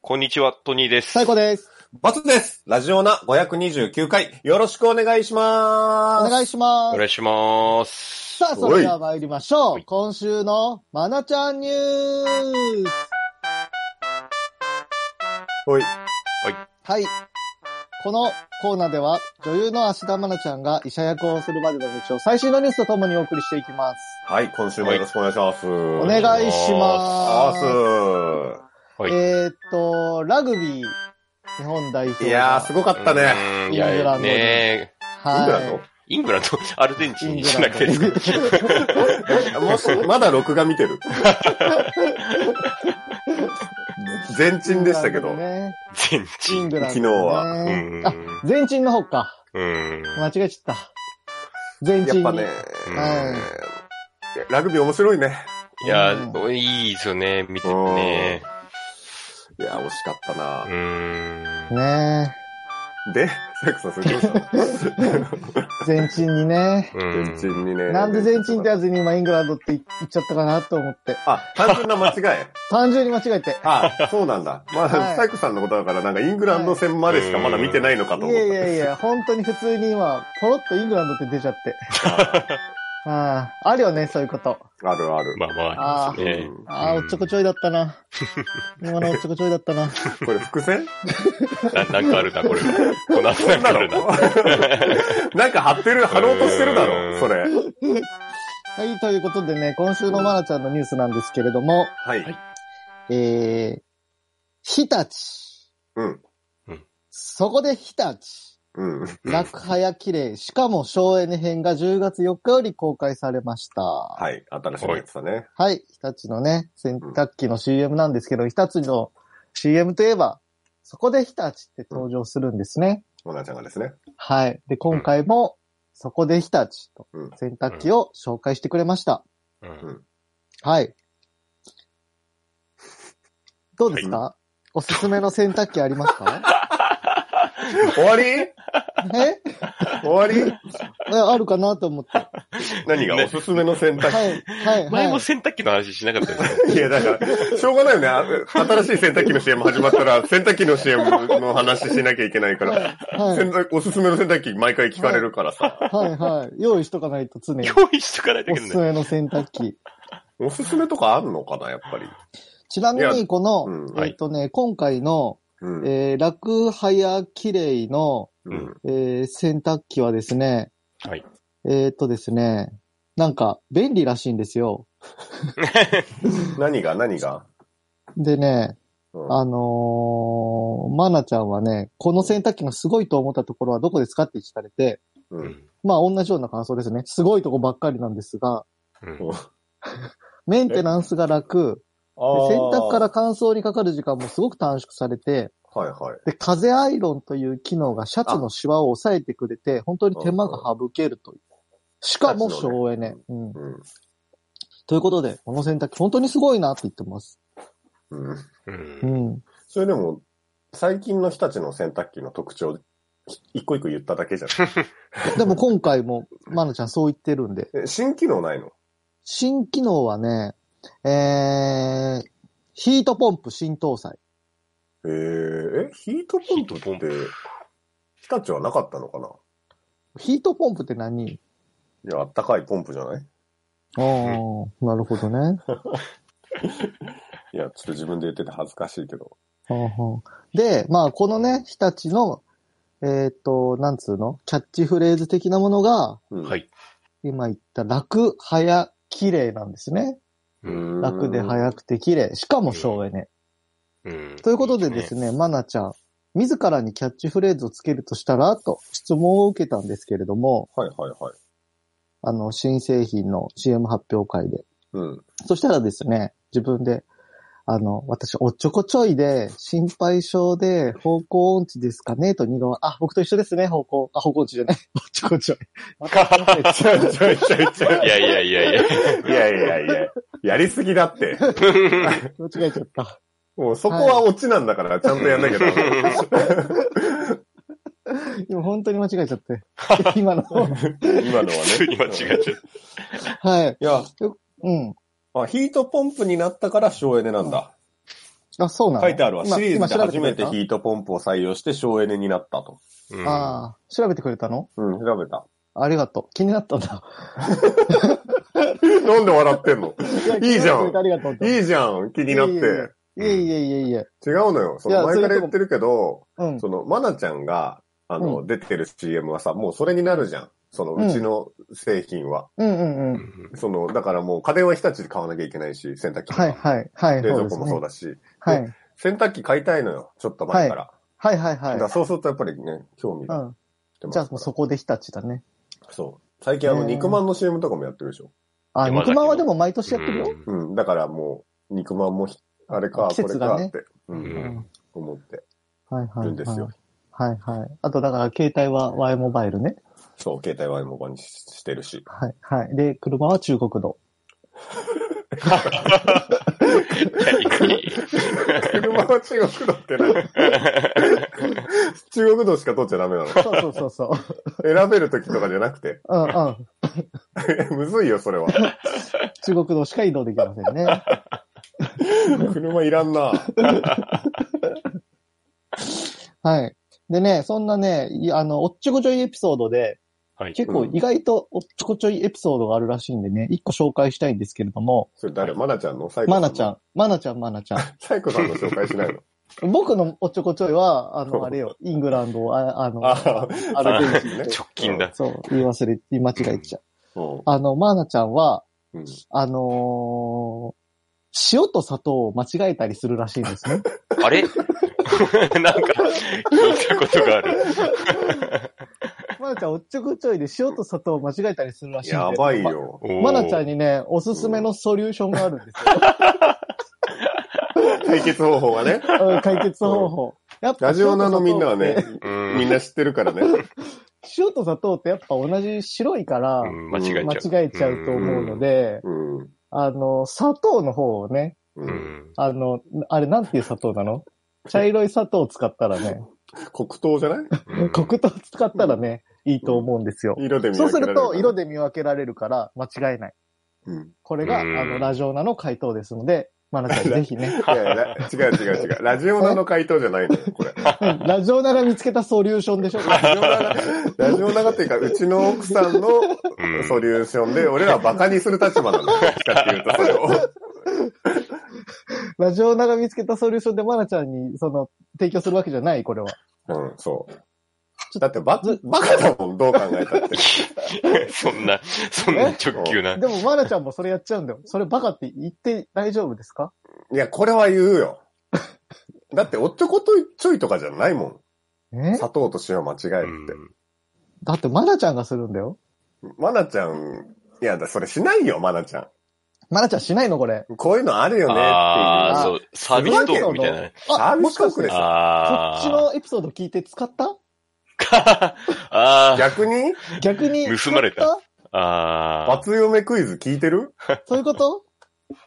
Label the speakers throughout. Speaker 1: こんにちは、トニーです。
Speaker 2: 最高です。
Speaker 3: バツです。ラジオナ529回、よろしくお願いし
Speaker 2: お
Speaker 3: まーす。
Speaker 2: 願いしま
Speaker 1: お願
Speaker 2: す。
Speaker 1: いします。
Speaker 2: さあ、それでは参りましょ
Speaker 1: は
Speaker 2: う
Speaker 1: い。
Speaker 2: 今週のまなちゃんニュース。
Speaker 3: おい。
Speaker 2: はい。このコーナーでは、女優の芦田愛菜ちゃんが医者役をするまでの道を最新のニュースとともにお送りしていきます。
Speaker 3: はい、今週もよろしくお願いします。
Speaker 2: お
Speaker 3: お
Speaker 2: 願
Speaker 3: し
Speaker 2: いしま。
Speaker 3: ます
Speaker 1: はい
Speaker 2: えーっと、ラグビー日本代表
Speaker 3: す。
Speaker 2: が。
Speaker 3: いやー、すごかった
Speaker 1: う
Speaker 3: ね。
Speaker 1: ーん。いや
Speaker 2: イングランドに
Speaker 1: ね
Speaker 3: イングラ
Speaker 2: は
Speaker 3: ン
Speaker 2: い
Speaker 3: ド。
Speaker 1: イングランド、 アルゼンチンにしなきゃいけ
Speaker 2: イン
Speaker 1: ない。
Speaker 2: グランドです
Speaker 3: えもう まだ録画 見てる。全鎮でしたけど。
Speaker 2: ね
Speaker 1: アルゼン
Speaker 2: イ
Speaker 1: チ
Speaker 2: ン
Speaker 1: ン。
Speaker 2: グランドね。
Speaker 3: 昨日 は
Speaker 1: うん
Speaker 2: あ、全鎮の方か。
Speaker 1: うん。
Speaker 2: 間違えちゃった。全
Speaker 3: やっ
Speaker 2: 鎮
Speaker 3: ぱ
Speaker 2: に。
Speaker 3: ね、
Speaker 1: うん
Speaker 2: はい
Speaker 3: いやラグビー面白いね。
Speaker 1: いや
Speaker 2: う、
Speaker 1: いいですよね、見ててね。
Speaker 3: いやー、惜しかった
Speaker 1: う
Speaker 3: な
Speaker 1: ーん。
Speaker 2: ね
Speaker 3: で、サクさん、それどうした の
Speaker 2: え、全鎮にね。
Speaker 1: うん
Speaker 3: 全鎮にね。
Speaker 2: なんで全鎮ってやつに今イングランドって言っちゃったかなと思って。
Speaker 3: あ、単純な間違い。
Speaker 2: 単純に間違えて。
Speaker 3: あ、そうなんだ。まあ、
Speaker 2: はい
Speaker 3: サイクさんのことだから、なんかイングランド戦までしかまだ見てないのかと
Speaker 2: い
Speaker 3: 思っ
Speaker 2: や
Speaker 3: た。
Speaker 2: いやいや、本当に普通に今、ポロッとイングランドって出ちゃ って。ああ、あるよね、そういうこと。
Speaker 3: あるある。
Speaker 1: まあまあ、ありますね
Speaker 3: うん
Speaker 2: ああ、おっちょこちょいだった な。今のおっちょこちょいだったな。
Speaker 3: これ伏線
Speaker 1: な。なんかあるな、 これは。この後
Speaker 3: そ
Speaker 1: なんんか
Speaker 3: な
Speaker 1: ある
Speaker 3: の
Speaker 1: な。
Speaker 3: なんか貼ってる、貼ろうとしてるだろ、それ。
Speaker 2: はい、ということでね、今週のまなちゃんのニュースなんですけれども、
Speaker 3: はい。
Speaker 2: えー、日立。
Speaker 3: うん。
Speaker 2: そこで日立。
Speaker 3: うん。
Speaker 2: 楽早綺麗、しかも省エネ編が10月4日より公開されました。は
Speaker 3: はい。新しいやつだね。
Speaker 2: い。日立のね、洗濯機の CM なんですけど、日立の CM といえば、そこで日立って登場するんですね。
Speaker 3: モナちゃんがですね。
Speaker 2: はい。で、今回も、そこで日立と
Speaker 3: うん
Speaker 2: 洗濯機を紹介してくれました。
Speaker 1: うん
Speaker 2: はい。どうですか、おすすめの洗濯機ありますか
Speaker 3: 終わり
Speaker 2: え
Speaker 3: 終わり
Speaker 2: えあるかなと思って。は
Speaker 3: 何がおすすめの選
Speaker 2: い、
Speaker 3: 択
Speaker 2: はい、
Speaker 1: 前
Speaker 2: は
Speaker 1: も
Speaker 2: い。
Speaker 1: 洗濯機の話しなかったです
Speaker 3: いや、だから、しょうがないよねあ。新しい洗濯機の CM 始まったら、洗濯機の CM の話しなきゃいけないから、
Speaker 2: はい
Speaker 3: 洗濯おすすめの洗濯機毎回聞かれるからさ。
Speaker 2: はいはい。用意しとかないと常に。
Speaker 1: 用意しとかないとい
Speaker 2: お
Speaker 1: け
Speaker 2: す
Speaker 1: ない
Speaker 2: す。めの洗濯機。
Speaker 3: おすすめとかあんのかな、やっぱり。
Speaker 2: ちなみ
Speaker 3: い
Speaker 2: に、この、
Speaker 3: うん
Speaker 1: はい
Speaker 2: えっとね、今回の、
Speaker 3: うん。
Speaker 2: えー、楽早綺麗の、
Speaker 3: うん
Speaker 2: えー、洗濯機はですね、
Speaker 1: はい。
Speaker 2: えー、っとですね、なんか、便利らしいんですよ。
Speaker 3: 何が何が、
Speaker 2: でね、
Speaker 3: うん
Speaker 2: あのー、まなちゃんはね、この洗濯機がすごいと思ったところはどこですかって聞かれて、
Speaker 3: う
Speaker 1: うんん
Speaker 2: まあ、同じような感想ですね。すごいとこばっかりなんですが、
Speaker 1: うん
Speaker 2: メンテナンスが楽、
Speaker 3: あ
Speaker 2: で
Speaker 3: ー
Speaker 2: 洗濯から乾燥にかかる時間もすごく短縮されて、
Speaker 3: はいはい。
Speaker 2: で、風アイロンという機能がシャツのシワを抑えてくれて、本当に手間が省けるという。しかも
Speaker 3: シャツのね
Speaker 2: 省エネ。うん。
Speaker 3: うん。
Speaker 2: ということで、この洗濯機本当にすごいなって言ってます。
Speaker 3: う
Speaker 1: う
Speaker 3: ん。
Speaker 1: ん
Speaker 2: うん。
Speaker 3: それでも、最近の日立の洗濯機の特徴、ひ一個一個言っただけじゃん。
Speaker 2: でも今回も、まなちゃんそう言ってるんで。
Speaker 3: え新機能ないの
Speaker 2: 新機能はね、えー、ヒートポンプ新搭載。
Speaker 3: えー、え、ヒートポンプっ
Speaker 1: ヒートポン
Speaker 3: て、日立はなかったのかな
Speaker 2: ヒートポンプって何
Speaker 3: いや、あったかいポンプじゃない
Speaker 2: ああ、なるほどね。
Speaker 3: いや、ちょっと自分で言ってて恥ずかしいけど。
Speaker 2: ほうほうで、まあ、このね、日立の、えーっ、と、なんつうのキャッチフレーズ的なものが、
Speaker 3: うん
Speaker 1: はい。
Speaker 2: 今言った楽、早、綺麗なんですね。
Speaker 1: うん
Speaker 2: 楽で早くて綺麗。しかも省エネ。
Speaker 1: うん
Speaker 2: ということでですね、まなちゃん、自らにキャッチフレーズをつけるとしたら、と質問を受けたんですけれども、
Speaker 3: はいはいはい。
Speaker 2: あの、新製品の CM 発表会で。
Speaker 3: うん。
Speaker 2: そしたらですね、自分で、あの、私、おっちょこちょいで、心配性で、方向音痴ですかねと二度は、あ、僕と一緒ですね、方向、あ、方向音痴じゃない。 おっちょこちょい。
Speaker 3: ちょいちょいちょいちょい。
Speaker 1: いやいやいやいや。
Speaker 3: いやいやいや、やりすぎだって。
Speaker 2: 間違えちゃった。
Speaker 3: もうそこはオチなんだから、ちゃんとやんなきゃダメ。
Speaker 2: 今、本当に間違えちゃって。 今 の。
Speaker 3: 今のはね。
Speaker 1: 普通に間違えちゃっ
Speaker 2: はい。
Speaker 3: いや、
Speaker 2: うん。
Speaker 3: あ、ヒートポンプになったから省エネなんだ。
Speaker 2: あ、そうなの
Speaker 3: 書いてあるわ。シ
Speaker 2: 今
Speaker 3: リーズで
Speaker 2: 今調べ
Speaker 3: 初めて
Speaker 2: くれた
Speaker 3: ヒートポンプを採用して省エネになったと。
Speaker 1: うん。
Speaker 2: ああ、調べてくれたの
Speaker 3: うん、調べ た。
Speaker 2: ありがとう。気になったんだ。
Speaker 3: なんで笑ってんの
Speaker 2: い
Speaker 3: いいじゃん
Speaker 2: 気になってくれてありがとうって。
Speaker 3: いいじゃん、気になって。
Speaker 2: い
Speaker 3: 違
Speaker 2: やいやいや
Speaker 3: う
Speaker 2: いえいえいえいえ。
Speaker 3: のよ。そ
Speaker 2: いや
Speaker 3: の前から
Speaker 2: それ
Speaker 3: 言ってるけど、
Speaker 2: うん。
Speaker 3: その、まなちゃんが、あの、
Speaker 2: う
Speaker 3: 出てる CM はさ、もうそれになるじゃん。その、
Speaker 2: うん
Speaker 3: うちの製品は。
Speaker 2: うんうん
Speaker 1: う
Speaker 2: うん。
Speaker 1: ん
Speaker 3: その、だからもう家電は日立で買わなきゃいけないし、洗濯機とか
Speaker 2: はいはい。はい。
Speaker 3: 冷
Speaker 2: そうで
Speaker 3: 蔵
Speaker 2: す
Speaker 3: 庫
Speaker 2: ね
Speaker 3: もそうだし、
Speaker 2: はい。
Speaker 3: 洗濯機買いたいのよ、ちょっと前から。
Speaker 2: はいはい
Speaker 3: だか
Speaker 2: は
Speaker 3: らそうするとやっぱりね、興味
Speaker 2: い。う
Speaker 3: が
Speaker 2: ん。
Speaker 3: 出
Speaker 2: じ
Speaker 3: ますか
Speaker 2: ゃ
Speaker 3: ら
Speaker 2: あもうそこで日立だね。
Speaker 3: そう。最近あの、
Speaker 2: ね
Speaker 3: 肉まんの CM とかもやってるでしょ。
Speaker 2: あ、
Speaker 1: 山崎
Speaker 2: 肉まんはでも毎年やってるよ。
Speaker 3: うん。だからもう、肉まんもひ、あれか、
Speaker 2: 季
Speaker 3: これ
Speaker 2: 節
Speaker 3: か
Speaker 2: が
Speaker 3: っ
Speaker 2: ね
Speaker 3: て、
Speaker 1: う
Speaker 3: う、
Speaker 1: んん
Speaker 3: 思って
Speaker 2: はいはい、はい。
Speaker 3: るんですよ。
Speaker 2: はいはい。あとだから携帯は Y モバイルね。
Speaker 3: そう、携帯はもうにししてるし。
Speaker 2: はいはい。で、車は中国道。
Speaker 3: 車は中国道ってな中国道しか通っちゃダメなの。
Speaker 2: そうそうそうそう。
Speaker 3: 選べる時とかじゃなくて。
Speaker 2: うんうん。
Speaker 3: むずいよ、それは。
Speaker 2: 中国道しか移動できませんね。は
Speaker 3: 車いらんな。
Speaker 2: い。でね、そんなね、いあの、おっちょこちょいエピソードで、
Speaker 1: はい。
Speaker 2: 結構意外とおっちょこちょいエピソードがあるらしいんでね、一個紹介したいんですけれども、
Speaker 3: それ誰マナちゃんのサイコ
Speaker 2: ま
Speaker 3: さんの。
Speaker 2: なちゃん、まなちゃん、まなちゃん。
Speaker 3: サイコさんの紹介しないの。
Speaker 2: 僕のおっちょこちょいは、あの、あれよ、イングランド、ああの、
Speaker 3: あ
Speaker 2: アルゼンチンね。
Speaker 1: 直近だ。
Speaker 2: そう、言い忘れ、言い間違えちゃう。
Speaker 3: うん
Speaker 2: あの、まなちゃんは、
Speaker 3: うん
Speaker 2: あのー塩と砂糖を間違えたりするらしいんです ね。
Speaker 1: あれ なんか、聞いたことがある。
Speaker 2: まなちゃんおっちょこちょいで塩と砂糖を間違えたりするらしいんで。
Speaker 3: やばいよ。
Speaker 2: まなちゃん
Speaker 1: に。
Speaker 2: にね、おすすめのソリューションがあるんです
Speaker 3: 解決方法がね。
Speaker 2: よ。 うん解決方法。やっぱ
Speaker 3: ラジオナのみんなはね、
Speaker 1: うん。
Speaker 3: みんな知ってるからね。
Speaker 2: 塩と砂糖ってやっぱ同じ白いから
Speaker 1: う、ん間違えちゃう。
Speaker 2: 間違えちゃうと思うので、
Speaker 3: うん。
Speaker 2: あの、砂糖の方をね、
Speaker 1: うん。
Speaker 3: う。
Speaker 1: うんん。
Speaker 2: あの、あれなんていう砂糖なの茶色い砂糖を使ったらね、
Speaker 3: 黒糖じゃない
Speaker 1: う ん
Speaker 2: 黒糖使ったらね、いいと思うんですよ。
Speaker 3: 色で見
Speaker 2: そうすると、色
Speaker 3: で。
Speaker 2: で見分けられるから、間違えない。
Speaker 3: うん。
Speaker 2: これが、あ
Speaker 1: うん
Speaker 2: の、ラジオナの回答ですので、マナちゃんぜひね、
Speaker 3: いやいや、ラ違う違う違う。ラジオナの回答じゃないのよ、これ。
Speaker 2: うんラジオナが見つけたソリューションで しょ
Speaker 3: ラジオナが、ラジオナがっていうか、うちの奥さんの
Speaker 1: うん
Speaker 3: ソリューションで、俺らはバカにする立場なの。どっちかっていうと、それを。
Speaker 2: ラジオナが見つけたソリューションでマナちゃんに、その、提供するわけじゃない、これは。
Speaker 3: うん、そう。だってバ、バカだもん、どう考えたって。
Speaker 1: そんな、そんな直球な。
Speaker 2: でも、マナちゃんもそれやっちゃうんだよ。それバカって言って大丈夫ですか
Speaker 3: いや、これは言うよ。だって、おっちょこちょいとかじゃないもん。
Speaker 2: え
Speaker 3: 砂糖と塩間違え
Speaker 1: う
Speaker 3: る
Speaker 1: ん
Speaker 2: だって、マナちゃんがするんだよ。
Speaker 3: って。マナちゃん、いや、だそれしないよ、マナちゃ
Speaker 2: マナちゃんしないの、これ。
Speaker 3: ん。こういうのあるよね、っていう。
Speaker 1: ああ、
Speaker 2: ー
Speaker 1: そう、サービストークみたいな。
Speaker 2: あ、
Speaker 3: サービ
Speaker 2: も
Speaker 3: ス
Speaker 2: し
Speaker 3: ト
Speaker 2: か
Speaker 3: ー
Speaker 2: し
Speaker 3: クで
Speaker 2: て、
Speaker 3: し
Speaker 2: こ
Speaker 3: ょ
Speaker 1: あ
Speaker 2: っ
Speaker 1: あ。
Speaker 2: ちのエピソード聞いて使った
Speaker 1: あ あー。
Speaker 3: 逆に、
Speaker 2: 逆に。
Speaker 1: 盗まれた
Speaker 2: 使っ
Speaker 1: ああ。
Speaker 3: 罰嫁クイズ聞いてる
Speaker 2: そういうこと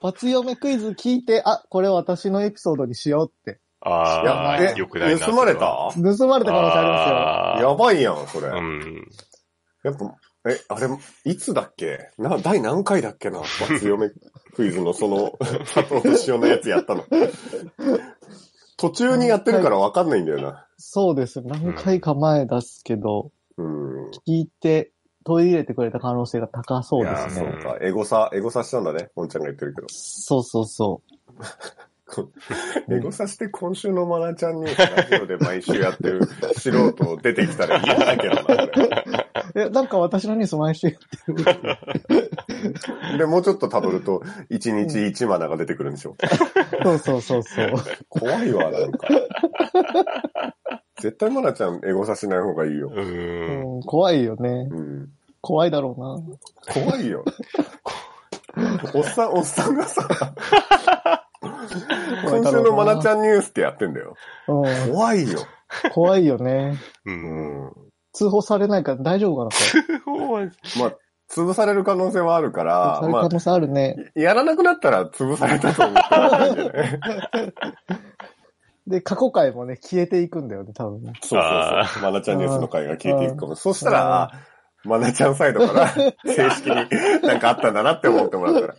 Speaker 2: 罰嫁クイズ聞いて、あ、これ私のエピソードにしようって。
Speaker 1: ああ。
Speaker 2: やばい
Speaker 1: よくないな。
Speaker 3: 盗まれた
Speaker 2: 盗まれた可能性ありま
Speaker 1: あ
Speaker 3: やばいやん、それ。
Speaker 1: ー
Speaker 3: や
Speaker 1: うん。
Speaker 3: っぱ、え、あれ、いつだっけな、第何回だっけな、罰嫁クイズのその、 砂糖と塩のやつやったの。途中にやってるからわかんないんだよな。
Speaker 2: すよ。そうです。何回か前ですけど、
Speaker 3: うん。
Speaker 2: 聞いて、取り入れてくれた可能性が高そうで
Speaker 3: い
Speaker 2: す
Speaker 3: や
Speaker 2: ね。
Speaker 3: ーそうか。エゴサ、エゴサしたんだね。ポンちゃんが言って るけど。
Speaker 2: そうそうそう。
Speaker 3: エゴサして今週のマナちゃんに、ラジオで毎週やってる素人出てきたら嫌だけどなこ
Speaker 2: え、なんか私のニュース毎 週。
Speaker 3: れ。で、もうちょっと辿ると、一日1マナが出てくるんでしょ。
Speaker 2: そうそうそうそう。
Speaker 3: 怖いわ、なんか。絶対マナちゃんエゴサしない方がいいよ。
Speaker 1: うん。
Speaker 2: うん怖いよね。
Speaker 3: うん。
Speaker 2: 怖いだろうな。
Speaker 3: 怖いよ。おっさん、おっさんがさ、今週のマナち
Speaker 2: ゃ
Speaker 3: ゃんニュースってやってんだよ。
Speaker 2: ん。う
Speaker 3: 怖いよ。
Speaker 2: ん、怖いよね。
Speaker 1: う。
Speaker 3: うんん。
Speaker 2: 通報されないから大丈夫かなこれ
Speaker 3: まあ、潰される可能性はあるか
Speaker 2: 通報
Speaker 3: ら、
Speaker 2: される
Speaker 3: ま あ
Speaker 2: 可、能性あるね。
Speaker 3: やらなくなったら潰されたと思ってもらえばいいんじゃない
Speaker 2: で、過去回もね、消えていくんだよね、多分ね。
Speaker 3: そうそうそう。マナちゃんニュースの会が消えていくかも。そしたら、あマナちゃんサイドから、正式になんかあったんだなって思ってもらったら。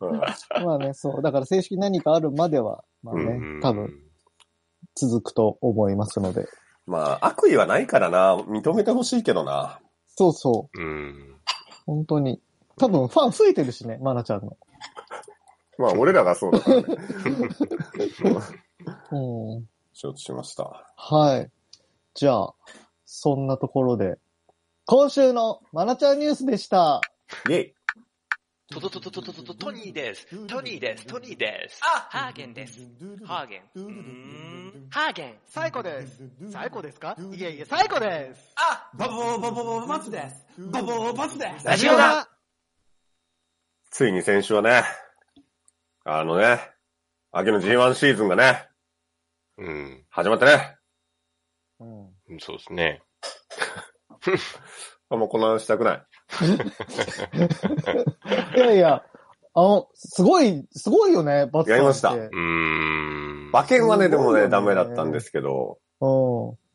Speaker 3: う ん
Speaker 2: まあね、そう。だから正式に何かあるまでは、まあね、多分。続くと思いますので。
Speaker 3: まあ、悪意はないからな、認めてほしいけどな。
Speaker 2: そうそう。
Speaker 1: うん。
Speaker 2: 本当に。多分ファン増えてるしね、マナちゃんの。
Speaker 3: まあ、俺らがそうだからね。
Speaker 2: うん。
Speaker 3: 承知しました。
Speaker 2: はい。じゃあ、そんなところで、今週のマナちゃんニュースでした。
Speaker 3: イェイ
Speaker 4: トトトトトトトトニーです。トニーです。トニーです。
Speaker 5: あ、ハーゲンです。ハーゲン。
Speaker 4: うーん
Speaker 5: ハーゲン。
Speaker 6: 最高です。最高ですかいえいえ、最高です。
Speaker 5: あ、バボーバボーバボーバスです。バボーバスです。
Speaker 4: ラジオだ
Speaker 3: ついに先週はね、あのね、秋の G1 シーズンがね、
Speaker 1: うん。
Speaker 3: 始まってね。
Speaker 2: うん。
Speaker 1: そうですね。
Speaker 3: あんまこの話したくない。
Speaker 2: いやいや、あの、すごい、すごいよね、バッターって
Speaker 3: やりました
Speaker 2: うん。
Speaker 1: うーん。
Speaker 3: 馬券はね、でも
Speaker 2: そうだ
Speaker 3: ね、
Speaker 2: ね
Speaker 3: ダメだったんですけど、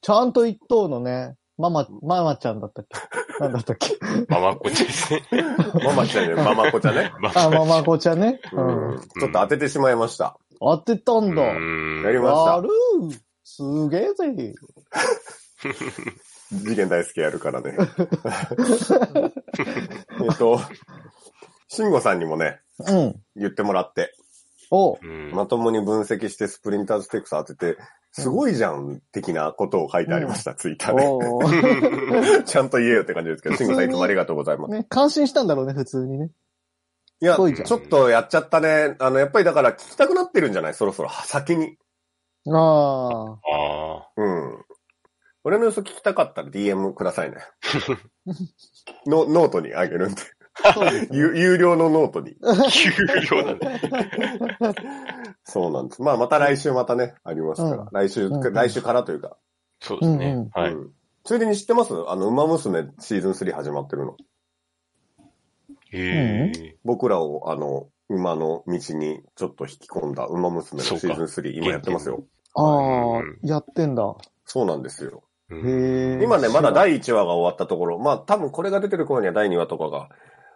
Speaker 2: ちゃんと一等のね、ママ、ママちゃんだったっけなんだったっけ
Speaker 1: ママっ子ですね。
Speaker 3: ママちゃんね、ママ子ちゃんね。
Speaker 1: マ
Speaker 2: あ、ママ子ちゃんね。う。
Speaker 3: うんん、ちょっと当ててしまいました。
Speaker 2: 当てたんだ。
Speaker 1: うーん
Speaker 3: やりました
Speaker 2: やるーすげえぜ。
Speaker 3: 次元大輔や るからね。えっと、慎吾さんにもね、
Speaker 2: うん。
Speaker 3: 言ってもらって、
Speaker 2: お
Speaker 1: うん
Speaker 3: まともに分析してスプリンターズテクス当てて、すごいじゃん、的なことを書いてありました、ツイッターで。
Speaker 2: おー
Speaker 3: ちゃんと言えよって感じですけど、慎吾さんいつもありがとうございます。
Speaker 2: ね、感心したんだろうね、普通にね。
Speaker 3: いや、
Speaker 2: す
Speaker 3: ち
Speaker 2: ご
Speaker 3: ょ
Speaker 2: いじゃん
Speaker 3: っとやっちゃったね。あの、やっぱりだから聞きたくなってるんじゃないそろそろ、先に。
Speaker 2: ああ。
Speaker 1: あ
Speaker 3: うん。俺の予想聞きたかったら DM くださいね。 の、ノートにあげるんで。
Speaker 2: そうですね
Speaker 3: 有有料のノートに。
Speaker 1: あ。給料だね。
Speaker 3: そうなんです。まあ、また来週またね、ありますから。
Speaker 2: うん
Speaker 3: 来週、
Speaker 2: うん
Speaker 3: 来週からというか。
Speaker 1: そうです
Speaker 2: うんう
Speaker 1: ね
Speaker 2: ん。
Speaker 1: はい。
Speaker 3: うんついでに知ってますあの、馬娘シーズン3始まってるの。
Speaker 1: へえ。
Speaker 3: 僕らを、あの、馬の道にちょっと引き込んだ馬娘のシ
Speaker 1: そう
Speaker 3: ー
Speaker 1: か
Speaker 3: ズン3、今やってますよ。
Speaker 2: ああ
Speaker 1: うん、
Speaker 2: やってんだ。
Speaker 3: そうなんですよ。
Speaker 1: うん
Speaker 2: へえ。
Speaker 3: 今ね、まだ
Speaker 2: い
Speaker 3: 第1話が終わったところ、まあ多分これが出てる頃には第2話とかが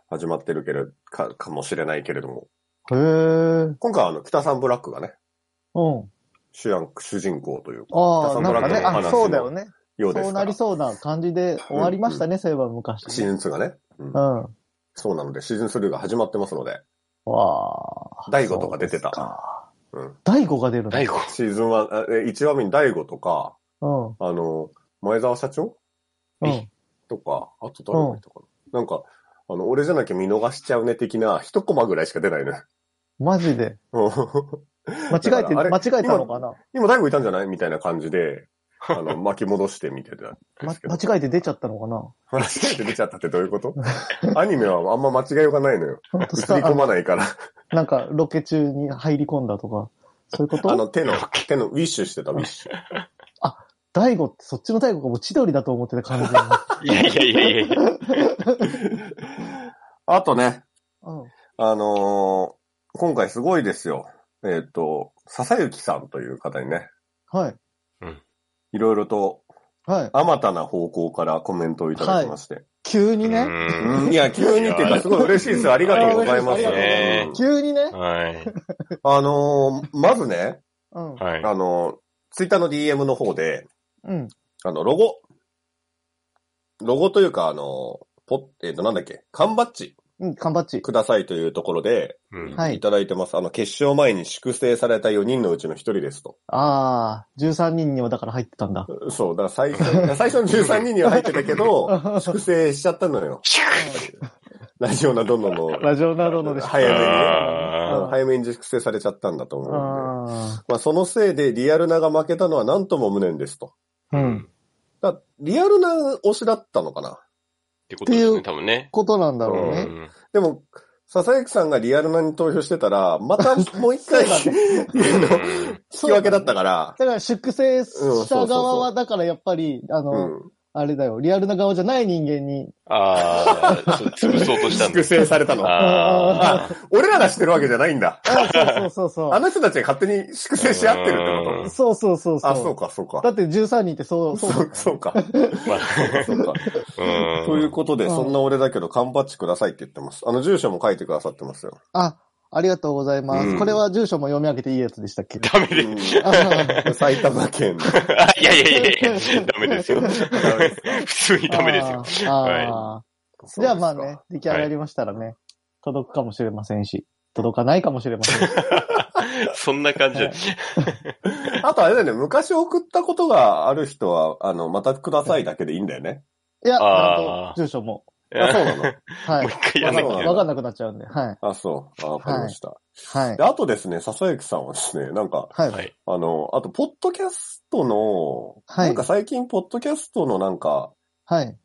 Speaker 3: 始まってるけれか、かもしれないけれども、
Speaker 2: へえ。うん。
Speaker 3: 今回はあの、北さんブラックがね、主役、主人公という
Speaker 2: あ
Speaker 3: そ
Speaker 2: あ、
Speaker 3: う
Speaker 2: なんかね、
Speaker 1: ドラマの話
Speaker 2: あ、
Speaker 1: も
Speaker 2: そうだよね。
Speaker 3: ようで
Speaker 2: そ
Speaker 3: す
Speaker 2: うな
Speaker 3: から
Speaker 2: り。そうな感じで終わりましたね、そういえば昔。
Speaker 3: シーズン2がね、うん
Speaker 2: うん。わ
Speaker 3: そうなので、シーズン3が始まってますので、
Speaker 2: あ。
Speaker 3: 第5とか出てた。
Speaker 2: そう
Speaker 3: う
Speaker 2: です
Speaker 3: ん
Speaker 2: か。第5が出るの
Speaker 1: 大悟。
Speaker 3: シーズン1、え1話目に第5とか、
Speaker 2: うん。
Speaker 3: あの、前澤社長
Speaker 2: うん。
Speaker 3: とか、あと誰がいたかな。なんか、あの、俺じゃなきゃ見逃しちゃうね的な、一コマぐらいしか出ないね。
Speaker 2: マジで。
Speaker 3: うん
Speaker 2: 間違えて、
Speaker 3: だからあれ
Speaker 2: 間違えたのかな
Speaker 3: 今、大悟いたんじゃないみたいな感じで、あ の、巻き戻してみてた。
Speaker 2: ま間違えて出ちゃったのかな
Speaker 3: 間違えて出ちゃったってどういうことアニメはあんま間違いようがないのよ。
Speaker 2: ほんと
Speaker 3: 映り込まないから。
Speaker 2: あなんか、ロケ中に入り込んだとか、そういうこ
Speaker 3: あ
Speaker 2: と
Speaker 3: の、手の、手の、ウィッシュしてた、ウィッシュ。
Speaker 2: 大悟って、そっちの大悟がもう千鳥だと思ってた感じ。
Speaker 1: い
Speaker 2: う
Speaker 1: やいやいやいやいや。
Speaker 3: あとね、
Speaker 2: ん。
Speaker 3: あのー今回すごいですよ。えっ、と、笹幸さんという方にね、
Speaker 2: はい。
Speaker 3: いろいろと、
Speaker 2: はい。
Speaker 3: あまたな方向からコメントをいただきまして。
Speaker 2: 急にね。
Speaker 1: う
Speaker 3: うんんいや、急にっていうか、すごい嬉しいです。ありがとうございま
Speaker 1: あ
Speaker 3: す。
Speaker 1: りがとうございま
Speaker 2: 急にね。
Speaker 1: はい。
Speaker 3: うんあのーまずね、
Speaker 2: うん。
Speaker 1: はい。
Speaker 3: あの、ツイッターの DM の方で、
Speaker 2: うん。
Speaker 3: あの、ロゴ。ロゴというか、あの、ポッ、えっ、と、なんだっけ、缶バッジ
Speaker 2: うん、缶バッチ。
Speaker 3: くださいというところで、
Speaker 1: うん
Speaker 2: はい
Speaker 3: いただいてます。あの、決勝前に粛清された4人のうちの1人ですと。
Speaker 2: ああ、13人にはだから入ってたんだ。
Speaker 3: そう、だから 最初、最初の13人には入ってたけど、粛清しちゃったのよ。ラジオなどのの、
Speaker 2: ラジオなどのでし
Speaker 3: 早めにね
Speaker 1: あ
Speaker 3: うん早めに粛清されちゃったんだと思うんで。
Speaker 2: あ
Speaker 3: まあ、そのせいでリアルナが負けたのはなんとも無念ですと。
Speaker 2: あ。うん。
Speaker 3: だリアルな推しだったのかな
Speaker 1: ってことです
Speaker 2: ってい
Speaker 1: ね、
Speaker 2: う
Speaker 1: 多分ね。
Speaker 2: ことなんだろう
Speaker 1: う
Speaker 2: ね。
Speaker 1: ん
Speaker 3: でも、笹幸さんがリアルなに投票してたら、またもう一回、あの引き分けだったから、
Speaker 2: だから、粛清
Speaker 3: うんそうそう
Speaker 2: 者
Speaker 3: そう
Speaker 2: 側は、だからやっぱり、あ
Speaker 3: う
Speaker 2: の、
Speaker 3: ん。
Speaker 2: あれだよ、リアルな顔じゃない人間に、
Speaker 1: ああ、つ潰そうと したんだ
Speaker 3: 粛。清されたの。
Speaker 1: ああ、
Speaker 3: 俺らがしてるわけじゃないんだ。
Speaker 2: あそうそう
Speaker 3: あ
Speaker 2: そう
Speaker 3: の人たちが勝手に粛清し合ってるって
Speaker 1: う
Speaker 3: こ
Speaker 1: ん
Speaker 3: と
Speaker 2: そう。そうそうそう。
Speaker 3: あ、そうか、そう
Speaker 2: だ
Speaker 3: か。
Speaker 2: って13人ってそう、そうだ
Speaker 3: そうそう か。
Speaker 1: まあ、
Speaker 3: そう
Speaker 1: う
Speaker 3: か。
Speaker 1: ん。
Speaker 3: ということで、
Speaker 2: うん
Speaker 3: そんな俺だけど、缶バッジくださいって言ってます。あの、住所も書いてくださってます よ。
Speaker 2: あ、ありがとうございます。
Speaker 3: うん
Speaker 2: これは住所も読み上げていいやつでしたっけ
Speaker 1: ダメで
Speaker 3: うん
Speaker 2: あー
Speaker 3: 埼玉県の。
Speaker 1: あ いやいやいやいや、ダメ ですよ。 普通にダメですよ。
Speaker 2: あーあーじゃあまあね、出来上がりましたらね、届くかもしれませんし、届かないかもしれませんし。
Speaker 1: そんな感じだ。
Speaker 3: あとあれだよね、昔送ったことがある人は、あの、またくださいだけでいいんだ よね。
Speaker 2: いや、ちゃ
Speaker 1: あー
Speaker 2: んと住所も。
Speaker 3: あ、そうなの
Speaker 2: はい
Speaker 1: もう。一回や
Speaker 2: わ
Speaker 1: んなきゃ
Speaker 2: かん
Speaker 1: いけ
Speaker 2: な
Speaker 1: ないい。
Speaker 2: わかんなくなっちゃうんで、はい。
Speaker 3: あ、そう。あ、わかりました。
Speaker 2: はい
Speaker 3: で。あとですね、笹雪さんはですね、なん
Speaker 2: は。
Speaker 3: か、
Speaker 1: はいい。
Speaker 3: あの、あと、ポッドキャストの、
Speaker 2: はい
Speaker 3: なんか最近、ポッドキャストのなんか、
Speaker 2: はい。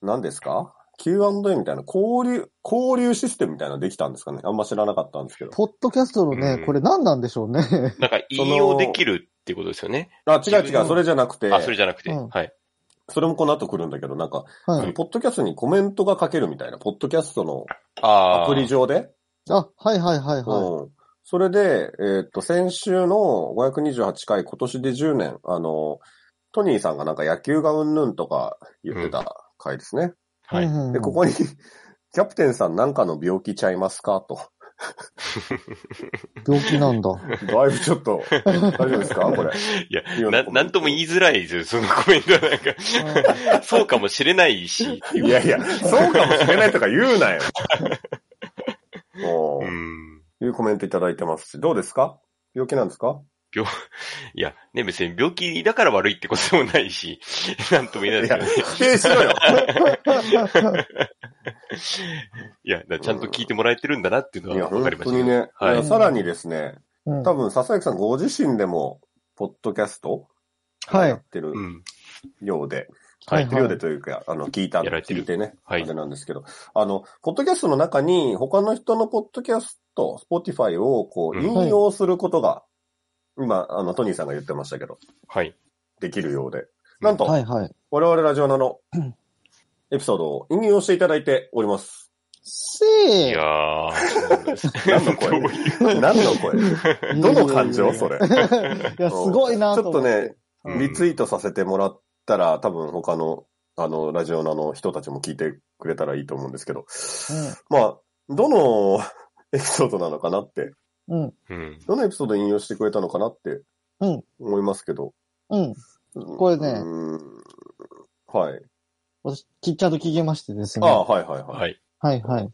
Speaker 3: 何ですか ?Q&A みたいな、交流、交流システムみたいなのできたんですかねあんま知らなかったんですけど。
Speaker 2: ポッドキャストの
Speaker 1: う
Speaker 2: ね、
Speaker 1: ん
Speaker 2: これ何なんでしょうね。
Speaker 1: なんか、引用できるってことですよね。
Speaker 3: あ、違う違う、それじゃなくて、
Speaker 1: あ、それじゃなくて。
Speaker 2: うん
Speaker 1: はい。
Speaker 3: それもこの後来るんだけど、なんか、
Speaker 2: は
Speaker 3: その
Speaker 2: い。
Speaker 3: ポッドキャストにコメントが書けるみたいな、ポッドキャストの
Speaker 1: あ
Speaker 3: アプリ上で、
Speaker 2: あ、はいはいはいは
Speaker 3: うん。それで、えーっと、先週の528回、今年で10年、あの、トニーさんがなんか野球がうんぬんとか言ってた回ですね。
Speaker 2: い。
Speaker 1: はい。
Speaker 2: うんうん
Speaker 3: で、ここに、 キャプテンさんなんかの病気ちゃいますかと。
Speaker 2: 病気なんだ。
Speaker 3: だいぶちょっと、大丈夫ですかこれ。
Speaker 1: いや、な、なんとも言いづらいですよ、そのコメントはなん か。そうかもしれないし。
Speaker 3: いやいや、そうかもしれないとか言うなよ。 もう、
Speaker 1: うん。
Speaker 3: いうコメントいただいてますし、どうですか病気なんですか
Speaker 1: いや、ね、別に病気だから悪いってことでもないし、 なんとも言え
Speaker 3: い
Speaker 1: な
Speaker 3: や
Speaker 1: い、ですけどね。
Speaker 3: 否定しろよ。
Speaker 1: いや、だからちゃんと聞いてもらえてるんだなっていう
Speaker 3: い
Speaker 1: の
Speaker 3: や、
Speaker 1: は分かり
Speaker 3: 本
Speaker 1: ました
Speaker 3: 当
Speaker 1: け
Speaker 3: に
Speaker 1: ど。
Speaker 3: ね。
Speaker 1: はい
Speaker 3: いやさらにですね、
Speaker 2: うん
Speaker 3: 多分、笹崎さんご自身でも、ポッドキャスト
Speaker 2: はい
Speaker 3: やってる
Speaker 1: うん。
Speaker 3: ようで、
Speaker 1: は
Speaker 2: はい
Speaker 1: い。
Speaker 2: はい
Speaker 3: ようでというか、あの、聞いた、
Speaker 1: やられてる
Speaker 3: 聞いてね、
Speaker 1: はい
Speaker 3: あれなんですけど、あの、ポッドキャストの中に、他の人のポッドキャスト、スポティファイを、こ
Speaker 1: う
Speaker 3: う、
Speaker 1: ん
Speaker 3: 引用することが、今、あの、トニーさんが言ってましたけど、
Speaker 1: はい。
Speaker 3: できるようで。なんと、
Speaker 2: はいはい。
Speaker 3: 我々ラジオナの、エピソードを引用していただいております。
Speaker 2: せ
Speaker 1: い
Speaker 2: ー
Speaker 1: やー。
Speaker 3: 何の声
Speaker 1: どういう
Speaker 3: 何の声どの感情それ。ち
Speaker 2: いや、すごいな
Speaker 3: ょっ
Speaker 2: と思
Speaker 3: と
Speaker 2: って。
Speaker 3: ね、
Speaker 1: うん
Speaker 3: リツイートさせてもらったら、多分他の、あの、ラジオナの人たちも聞いてくれたらいいと思うんですけど、まあ、どの エピソードなのかなって、
Speaker 2: うん。うん。
Speaker 1: うん。
Speaker 3: どのエピソード引用してくれたのかなって
Speaker 2: うん、
Speaker 3: 思いますけど。
Speaker 2: うん。
Speaker 3: こ
Speaker 2: れね
Speaker 3: はい。
Speaker 2: 私、きちゃんと聞きましてです
Speaker 3: あ
Speaker 2: ね。
Speaker 3: あ、はいはいはい。
Speaker 1: はい。
Speaker 2: はいはい。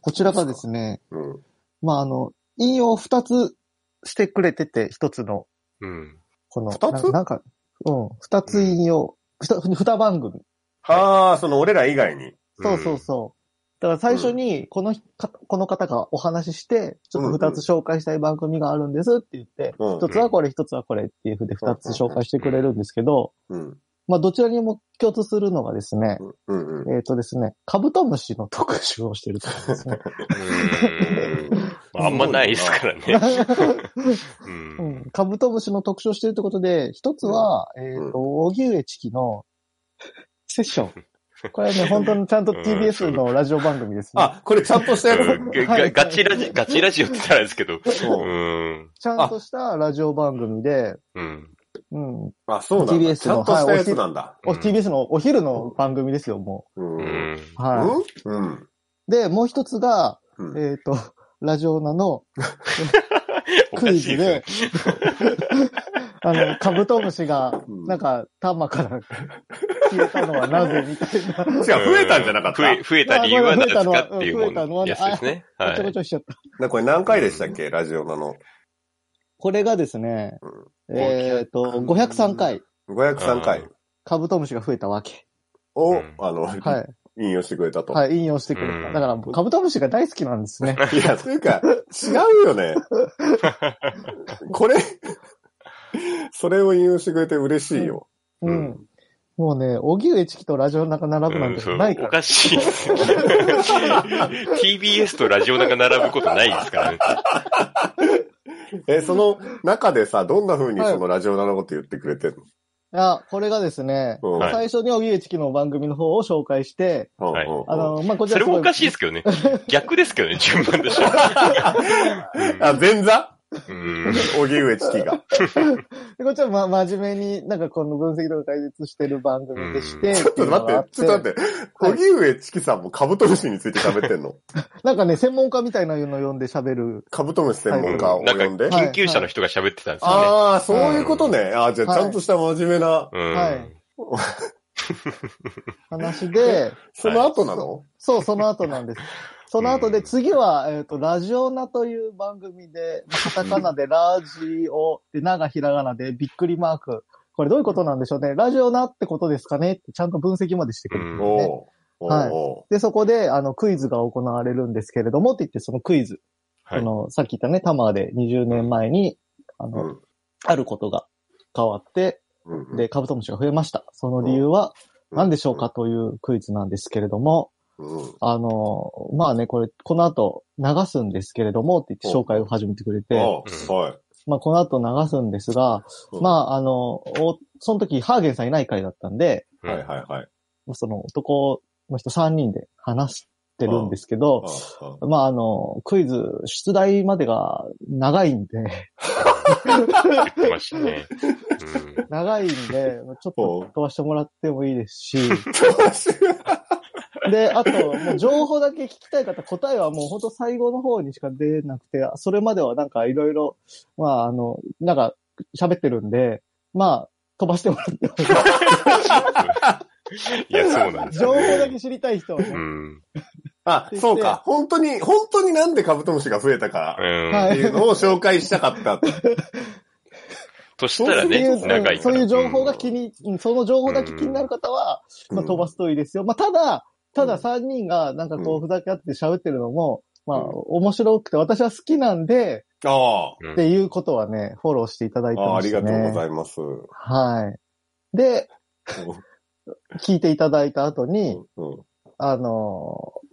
Speaker 2: こちらがですね、
Speaker 3: うん。
Speaker 2: まあ、あの、引用二つしてくれてて、一つの、
Speaker 1: うん。
Speaker 2: この、
Speaker 3: 二つ
Speaker 2: ななんか、うん、二つ引用、ふた、ふた番組。
Speaker 3: ああ、その俺ら以外に。
Speaker 2: そうそうそう。だから最初に、このひ、かこの方がお話しして、ちょっと二つ紹介したい番組があるんですって言って、
Speaker 3: うん
Speaker 2: 一つはこれ、一つはこれっていうふうで二つ紹介してくれるんですけど、
Speaker 3: うん。
Speaker 2: まあ、どちらにも共通するのがですね、
Speaker 3: うんうんうん。
Speaker 2: えっ、とですね、カブトムシの特集をしてるとかですね。
Speaker 1: うん。まああんまないですからね。う。
Speaker 2: うんん、カブトムシの特集をしてるってことで、一つは、えっ、と、荻上チキのセッション。これはね、本当にちゃんと TBS のラジオ番組ですね。
Speaker 3: あ、これちゃんとしたやつ。
Speaker 1: ががガチラジ、ガチラジオって言ったらあれですけど。う。
Speaker 3: そうん
Speaker 2: ちゃんとしたラジオ番組で、
Speaker 1: うん。
Speaker 2: うん。
Speaker 3: あ、そうなんだ。
Speaker 2: TBS
Speaker 3: ちゃんとしたやつなんだ。
Speaker 2: お
Speaker 1: うん
Speaker 2: TBS のお昼の番組ですよ、も
Speaker 3: う。
Speaker 1: うんん。
Speaker 2: う。は
Speaker 3: うん。
Speaker 2: い。で、もう一つが、
Speaker 3: うん
Speaker 2: えっ、と、ラジオナの
Speaker 1: お
Speaker 2: ク
Speaker 1: か
Speaker 2: イ
Speaker 1: し
Speaker 2: ズ
Speaker 1: いです
Speaker 2: で
Speaker 1: ね。、
Speaker 2: あの、カブトムシが、
Speaker 3: うん
Speaker 2: なんか、玉から消えたのはなぜみたいな。
Speaker 3: 違う、増えたんじゃなかった。
Speaker 1: 増え、増えた理由は何ですかってい
Speaker 2: まあ増えたの
Speaker 1: うも
Speaker 2: はうん
Speaker 1: んやつですね。
Speaker 2: ご
Speaker 1: は
Speaker 2: ちょご
Speaker 1: い。
Speaker 2: ちょしちゃった。
Speaker 3: なこれ何回でしたっけラジオなの。
Speaker 2: これがですね、えっ、と、503回、
Speaker 3: 503回
Speaker 2: カブトムシが増えたわけ。
Speaker 3: を、
Speaker 1: うん
Speaker 3: あの、
Speaker 2: はい。
Speaker 3: 引用してくれたと。
Speaker 2: はい、引用してくれた。
Speaker 1: うん
Speaker 2: だから、カブトムシが大好きなんですね。
Speaker 3: い、や、 というか、違うよね。これ、それを引用してくれて嬉しいよ。
Speaker 2: う
Speaker 1: うん
Speaker 2: ん。もうね、荻上チキとラジオの中並ぶなんてない
Speaker 1: うんそうお
Speaker 2: か
Speaker 1: かしいですよ。TBS とラジオなんか並ぶことないですからね。
Speaker 3: え、その中でさ、どんな風に
Speaker 2: はい
Speaker 3: そのラジオなのこと言ってくれてるの、
Speaker 2: や、これがですね、
Speaker 3: うん
Speaker 1: はい
Speaker 2: 最初に荻上チキの番組の方を紹介して、
Speaker 3: うん
Speaker 1: はい
Speaker 3: うん
Speaker 2: あの、まあ、こちら
Speaker 1: それもおかしいですすけどね。逆ですけどね、順番でしょ。
Speaker 3: あ、前座
Speaker 1: うん。
Speaker 3: 荻上チキ が。
Speaker 2: ごいこっちは、ま、真面目になんかこの分析とか解説してる番組でして、
Speaker 3: ちょっと待って、ちょ
Speaker 2: っていう
Speaker 3: っと待
Speaker 2: のがあ。
Speaker 3: って。荻上チキさんもカブトムシについて喋ってんの
Speaker 2: なんかね、専門家みたいなのを呼んで喋る。
Speaker 3: カブトムシ専門家を
Speaker 1: なんか
Speaker 3: 呼んで。
Speaker 2: はい
Speaker 1: 研究者の人が喋ってたんですよね。
Speaker 3: ああ、そういうことね。ああ、じゃあ
Speaker 2: はい
Speaker 3: ちゃんとした真面目な、
Speaker 1: うん。
Speaker 2: はい話 で、
Speaker 3: その後なの
Speaker 2: そう、その後なんです。その後で、次は、えっ、と、ラジオナという番組で、まあカタカナでラジオ、で、ながひらがなで、びっくりマーク。これどういうことなんでしょうね。ラジオナってことですかねってちゃんと分析までしてく
Speaker 1: う
Speaker 2: る。
Speaker 1: ん
Speaker 3: おうおう
Speaker 2: はい
Speaker 3: お
Speaker 2: で、そこで、あの、クイズが行われるんですけれども、って言って、そのクイズ。
Speaker 1: はい
Speaker 2: あの、さっき言ったね、タマーで20年前に、あの、
Speaker 3: うん
Speaker 2: あることが変わって、
Speaker 3: ううん
Speaker 2: で、カブトムシが増えました。その理由は何でしょうかというクイズなんですけれども、
Speaker 3: うん
Speaker 2: あの、まあね、これ、この後流すんですけれども、って言って紹介を始めてくれ
Speaker 3: あ
Speaker 2: て、
Speaker 3: あはい。
Speaker 2: まあこの後流すんですが、
Speaker 3: うん
Speaker 2: まああの、おその時、ハーゲンさんいない回だったんで、
Speaker 1: うん
Speaker 3: はいはいはい。
Speaker 2: その男の人3人で話してるんですけど、
Speaker 3: ああ
Speaker 2: まああの、クイズ、出題までが長いんで、
Speaker 1: 言ってましたね。うん
Speaker 2: 長いんで、ちょっと飛ばしてもらってもいいですし、で、あと、もう情報だけ聞きたい方、答えはもう本当最後の方にしか出なくて、それまではなんかいろいろ、まあ、あの、なんか喋ってるんで、まあ、飛ばしてもらってもいい
Speaker 1: いや、そうなんです
Speaker 2: 情
Speaker 1: よ
Speaker 2: 報
Speaker 1: ね
Speaker 2: だけ知りたい人はね、
Speaker 1: うん。
Speaker 3: あ、そうか。本当に、本当になんでカブトムシが増えたか
Speaker 1: うん
Speaker 2: はい
Speaker 3: っていうのを紹介したか った。
Speaker 1: としたら
Speaker 2: そうい
Speaker 1: ね、
Speaker 2: う
Speaker 1: 長いから。
Speaker 2: そういう情報が気に、うんその情報だけ気になる方は、まあ、飛ばすといいですよ。まあ、ただ、ただ3人がなんかこ
Speaker 3: う
Speaker 2: うふざけ合って喋ってるのも、まあ、
Speaker 3: うん
Speaker 2: 面白くて私は好きなんで、
Speaker 3: あ
Speaker 1: うん。
Speaker 2: っていうことはね、フォローしていただいて
Speaker 3: あ、ああ
Speaker 2: ま
Speaker 3: あり
Speaker 2: し
Speaker 3: が
Speaker 2: た
Speaker 3: と
Speaker 2: ね。
Speaker 3: うございます。
Speaker 2: はい。で、 聞いていただいた後
Speaker 3: う
Speaker 2: に、
Speaker 3: んうん
Speaker 2: あのー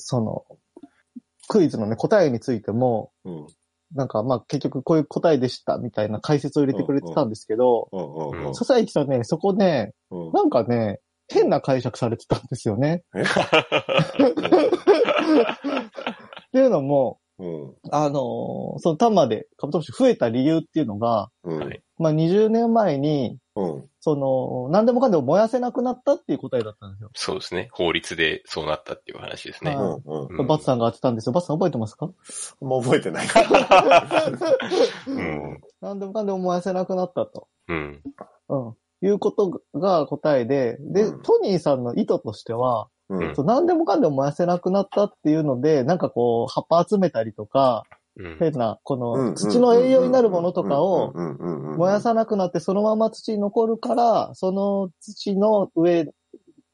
Speaker 2: その、クイズのね、答えについても、
Speaker 3: うん
Speaker 2: なんかまあ結局こういう答えでしたみたいな解説を入れてくれてたんですけど、
Speaker 3: うんうんうん
Speaker 2: 笹井さんね、そこね、
Speaker 3: うん
Speaker 2: なんかね、変な解釈されてたんですよね。っていうのも、
Speaker 3: うん
Speaker 2: あのーそのタマでカブトムシ増えた理由っていうのが、
Speaker 3: うん
Speaker 1: はい
Speaker 2: まあ20年前に、
Speaker 3: うん
Speaker 2: その、何でもかんでも燃やせなくなったっていう答えだったんですよ。
Speaker 1: そうですね。法律でそうなったっていう話ですね
Speaker 2: は。
Speaker 3: うんうん
Speaker 1: うん
Speaker 2: バツさんが当てたんですよ。バツさん覚えてます か
Speaker 3: もう覚えてない。
Speaker 1: うん。
Speaker 2: 何でもかんでも燃やせなくなったと。
Speaker 1: うん。
Speaker 2: うん。いうことが答えで、で、
Speaker 3: うん
Speaker 2: トニーさんの意図としては、
Speaker 3: うん
Speaker 2: そう何でもかんでも燃やせなくなったっていうので、なんかこう、葉っぱ集めたりとか、
Speaker 1: うん。
Speaker 2: 変な、こ
Speaker 3: うん
Speaker 2: の土の栄養になるものとかを
Speaker 3: うんうんうんうん
Speaker 2: 燃やさなくなって、そのまま土に残るから、その土の上、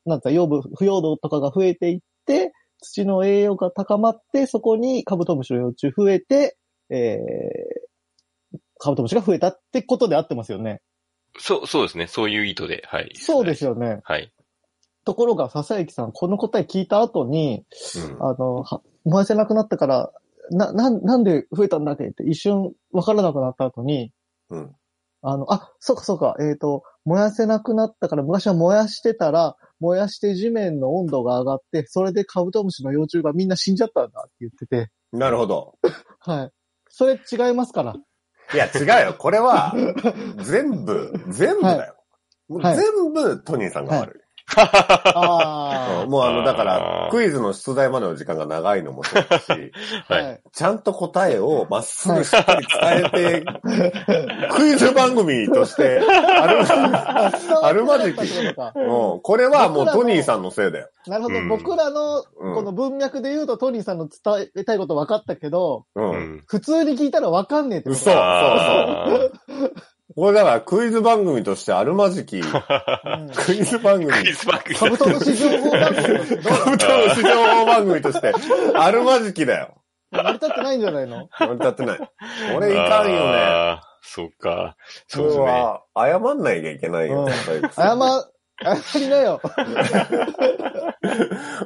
Speaker 2: なんか養分、腐葉土とかが増えていって、土の栄養が高まって、そこにカブトムシの幼虫増えて、えーカブトムシが増えたってことで合ってますよね。
Speaker 1: そう、そうですね。そういう意図で、はい。
Speaker 2: そうですよね。
Speaker 1: はい。
Speaker 2: ところが、笹きさん、この答え聞いた後に、
Speaker 1: うん
Speaker 2: あの、は燃やせなくなったから、な、なん、なんで増えたんだっけって一瞬わからなくなった後に、
Speaker 3: うん
Speaker 2: あの、あ、そうかそうか、えっ、と、燃やせなくなったから、昔は燃やしてたら、燃やして地面の温度が上がって、それでカブトムシの幼虫がみんな死んじゃったんだって言ってて、
Speaker 3: なるほど。
Speaker 2: はい。それ違いますから。
Speaker 3: いや、違うよ。これは、全部、全部だよ。もう
Speaker 2: はい
Speaker 3: 全部、トニーさんが悪い。
Speaker 2: あ
Speaker 3: もうあの、だから
Speaker 1: あ、ー
Speaker 3: クイズの出題までの時間が長いのもそうだ し、
Speaker 2: あ、
Speaker 1: は。
Speaker 2: はいい。
Speaker 3: ちゃんと答えをまっすぐしっかり伝えて、クイズ番組として、ある、
Speaker 2: あ
Speaker 3: あるまじきうんこれはもうトニーさんのせいだよ。
Speaker 2: なるほど。
Speaker 1: うん
Speaker 2: 僕らの、
Speaker 3: うん
Speaker 2: この文脈で言うと、トニーさんの伝えたいこと分かったけど、
Speaker 3: う。
Speaker 1: うんん。
Speaker 2: 普通に聞いたら分かんねえってこと
Speaker 3: 嘘そう
Speaker 1: あー
Speaker 3: これだからクイズ番組としてあるま じき、
Speaker 2: うん
Speaker 3: クイズ番組、
Speaker 1: クイズ番組
Speaker 2: カブトムシ情報番組としてどう
Speaker 3: カブトムシ情報番組としてあるまじきだよ。
Speaker 2: なの成り立ってないんじゃないの
Speaker 3: 俺立ってない。これいかんよね。
Speaker 1: あー。そうか。
Speaker 3: そ
Speaker 1: そうで
Speaker 3: れ
Speaker 1: すね。
Speaker 3: は、謝んないといけない
Speaker 2: う
Speaker 3: よ。
Speaker 2: ん
Speaker 3: 大工さ
Speaker 2: 謝
Speaker 3: ん、
Speaker 2: 謝りなよ。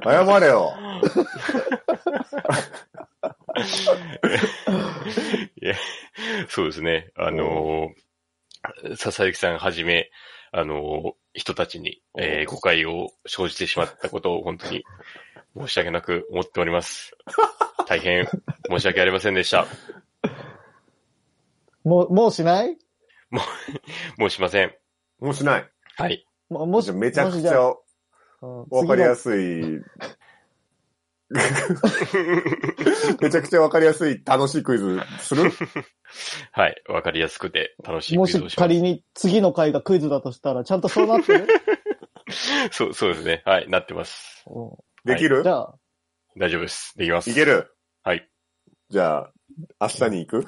Speaker 3: 謝れよ。
Speaker 1: いや、そうですね。あのー笹雪さんはじめ、あの、人たちに、えー誤解を生じてしまったことを本当に申し訳なく思っております。大変申し訳ありませんでした。
Speaker 2: もう、もうしない
Speaker 1: もうしません。
Speaker 3: もうしない。
Speaker 1: はい。
Speaker 2: ももし、
Speaker 3: めちゃ
Speaker 2: も
Speaker 3: く
Speaker 2: し
Speaker 3: ち
Speaker 2: じゃ
Speaker 3: ゃ
Speaker 2: あ、
Speaker 3: わかりやす い。めちゃくちゃわかりやすい楽しいクイズする
Speaker 1: はい。わかりやすくて楽しい
Speaker 2: も
Speaker 1: クイズを
Speaker 2: し
Speaker 1: します。
Speaker 2: 仮に次の回がクイズだとしたら、ちゃんとそうな ってる
Speaker 1: そう、そうですね。はい。なってます。
Speaker 2: う
Speaker 3: でき
Speaker 2: ん
Speaker 3: る、
Speaker 2: じゃあ、
Speaker 1: 大丈夫です。できます。
Speaker 3: い、ける
Speaker 1: はい。
Speaker 3: じゃあ、明日に行く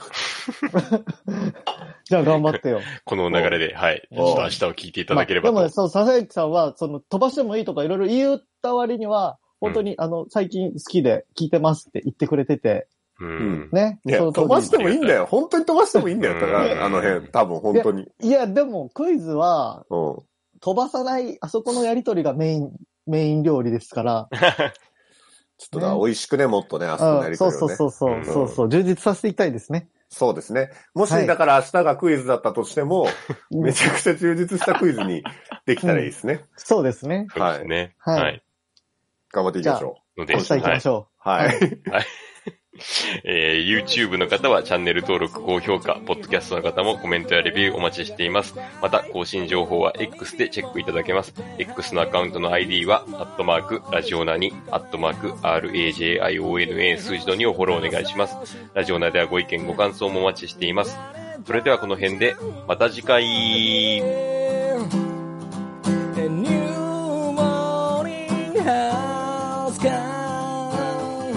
Speaker 2: じゃあ頑張って よ。
Speaker 1: この流れで、はい。ち
Speaker 2: お
Speaker 1: ょっと明日を聞いていただければと。
Speaker 2: まあでもね、そう、笹崎さんは、その、飛ばしてもいいとかいろいろ言った割には、本当に、あの、最近好きで聞いてますって言ってくれてて、
Speaker 1: うん。
Speaker 2: ね。
Speaker 3: いや、
Speaker 2: その通り
Speaker 3: 飛ばしてもいいんだよ。本当に飛ばしてもいいんだよ。だか
Speaker 1: うん
Speaker 3: ら、あの辺、多分本当に。
Speaker 2: いや、でも、クイズは、
Speaker 3: うん。
Speaker 2: 飛ばさない、あそこのやりとりがメイン、メイン料理ですから。
Speaker 3: ちょっとな、美味しくね、もっとね、明日のや
Speaker 2: うん
Speaker 3: り
Speaker 2: そ
Speaker 3: と
Speaker 2: う
Speaker 3: り
Speaker 2: そう
Speaker 3: をね。
Speaker 2: そうそう、
Speaker 1: うん
Speaker 2: そうそう、充実させていきたいですね。
Speaker 3: そうですね。も
Speaker 2: は
Speaker 3: し、
Speaker 2: い
Speaker 3: だから明日がクイズだったとし ても、
Speaker 2: うん
Speaker 3: めちゃくちゃ充実したクイズにできたらいいですね。
Speaker 2: そうですね。
Speaker 1: そうですね。
Speaker 2: は
Speaker 1: はいい。
Speaker 3: 頑張っていきましょ
Speaker 1: ので、
Speaker 2: 明日行きましょう。
Speaker 3: う。はい。
Speaker 1: えー YouTube の方はチャンネル登録、高評価、Podcast の方もコメントやレビューお待ちしています。また、更新情報は X でチェックいただけます。X のアカウントの ID は、アットマーク、ラジオナに、アットマーク、RAJIONA 数字の2をフォローお願いします。ラジオナではご意見、ご感想もお待ちしています。それではこの辺で、また次回。
Speaker 7: A new morning has come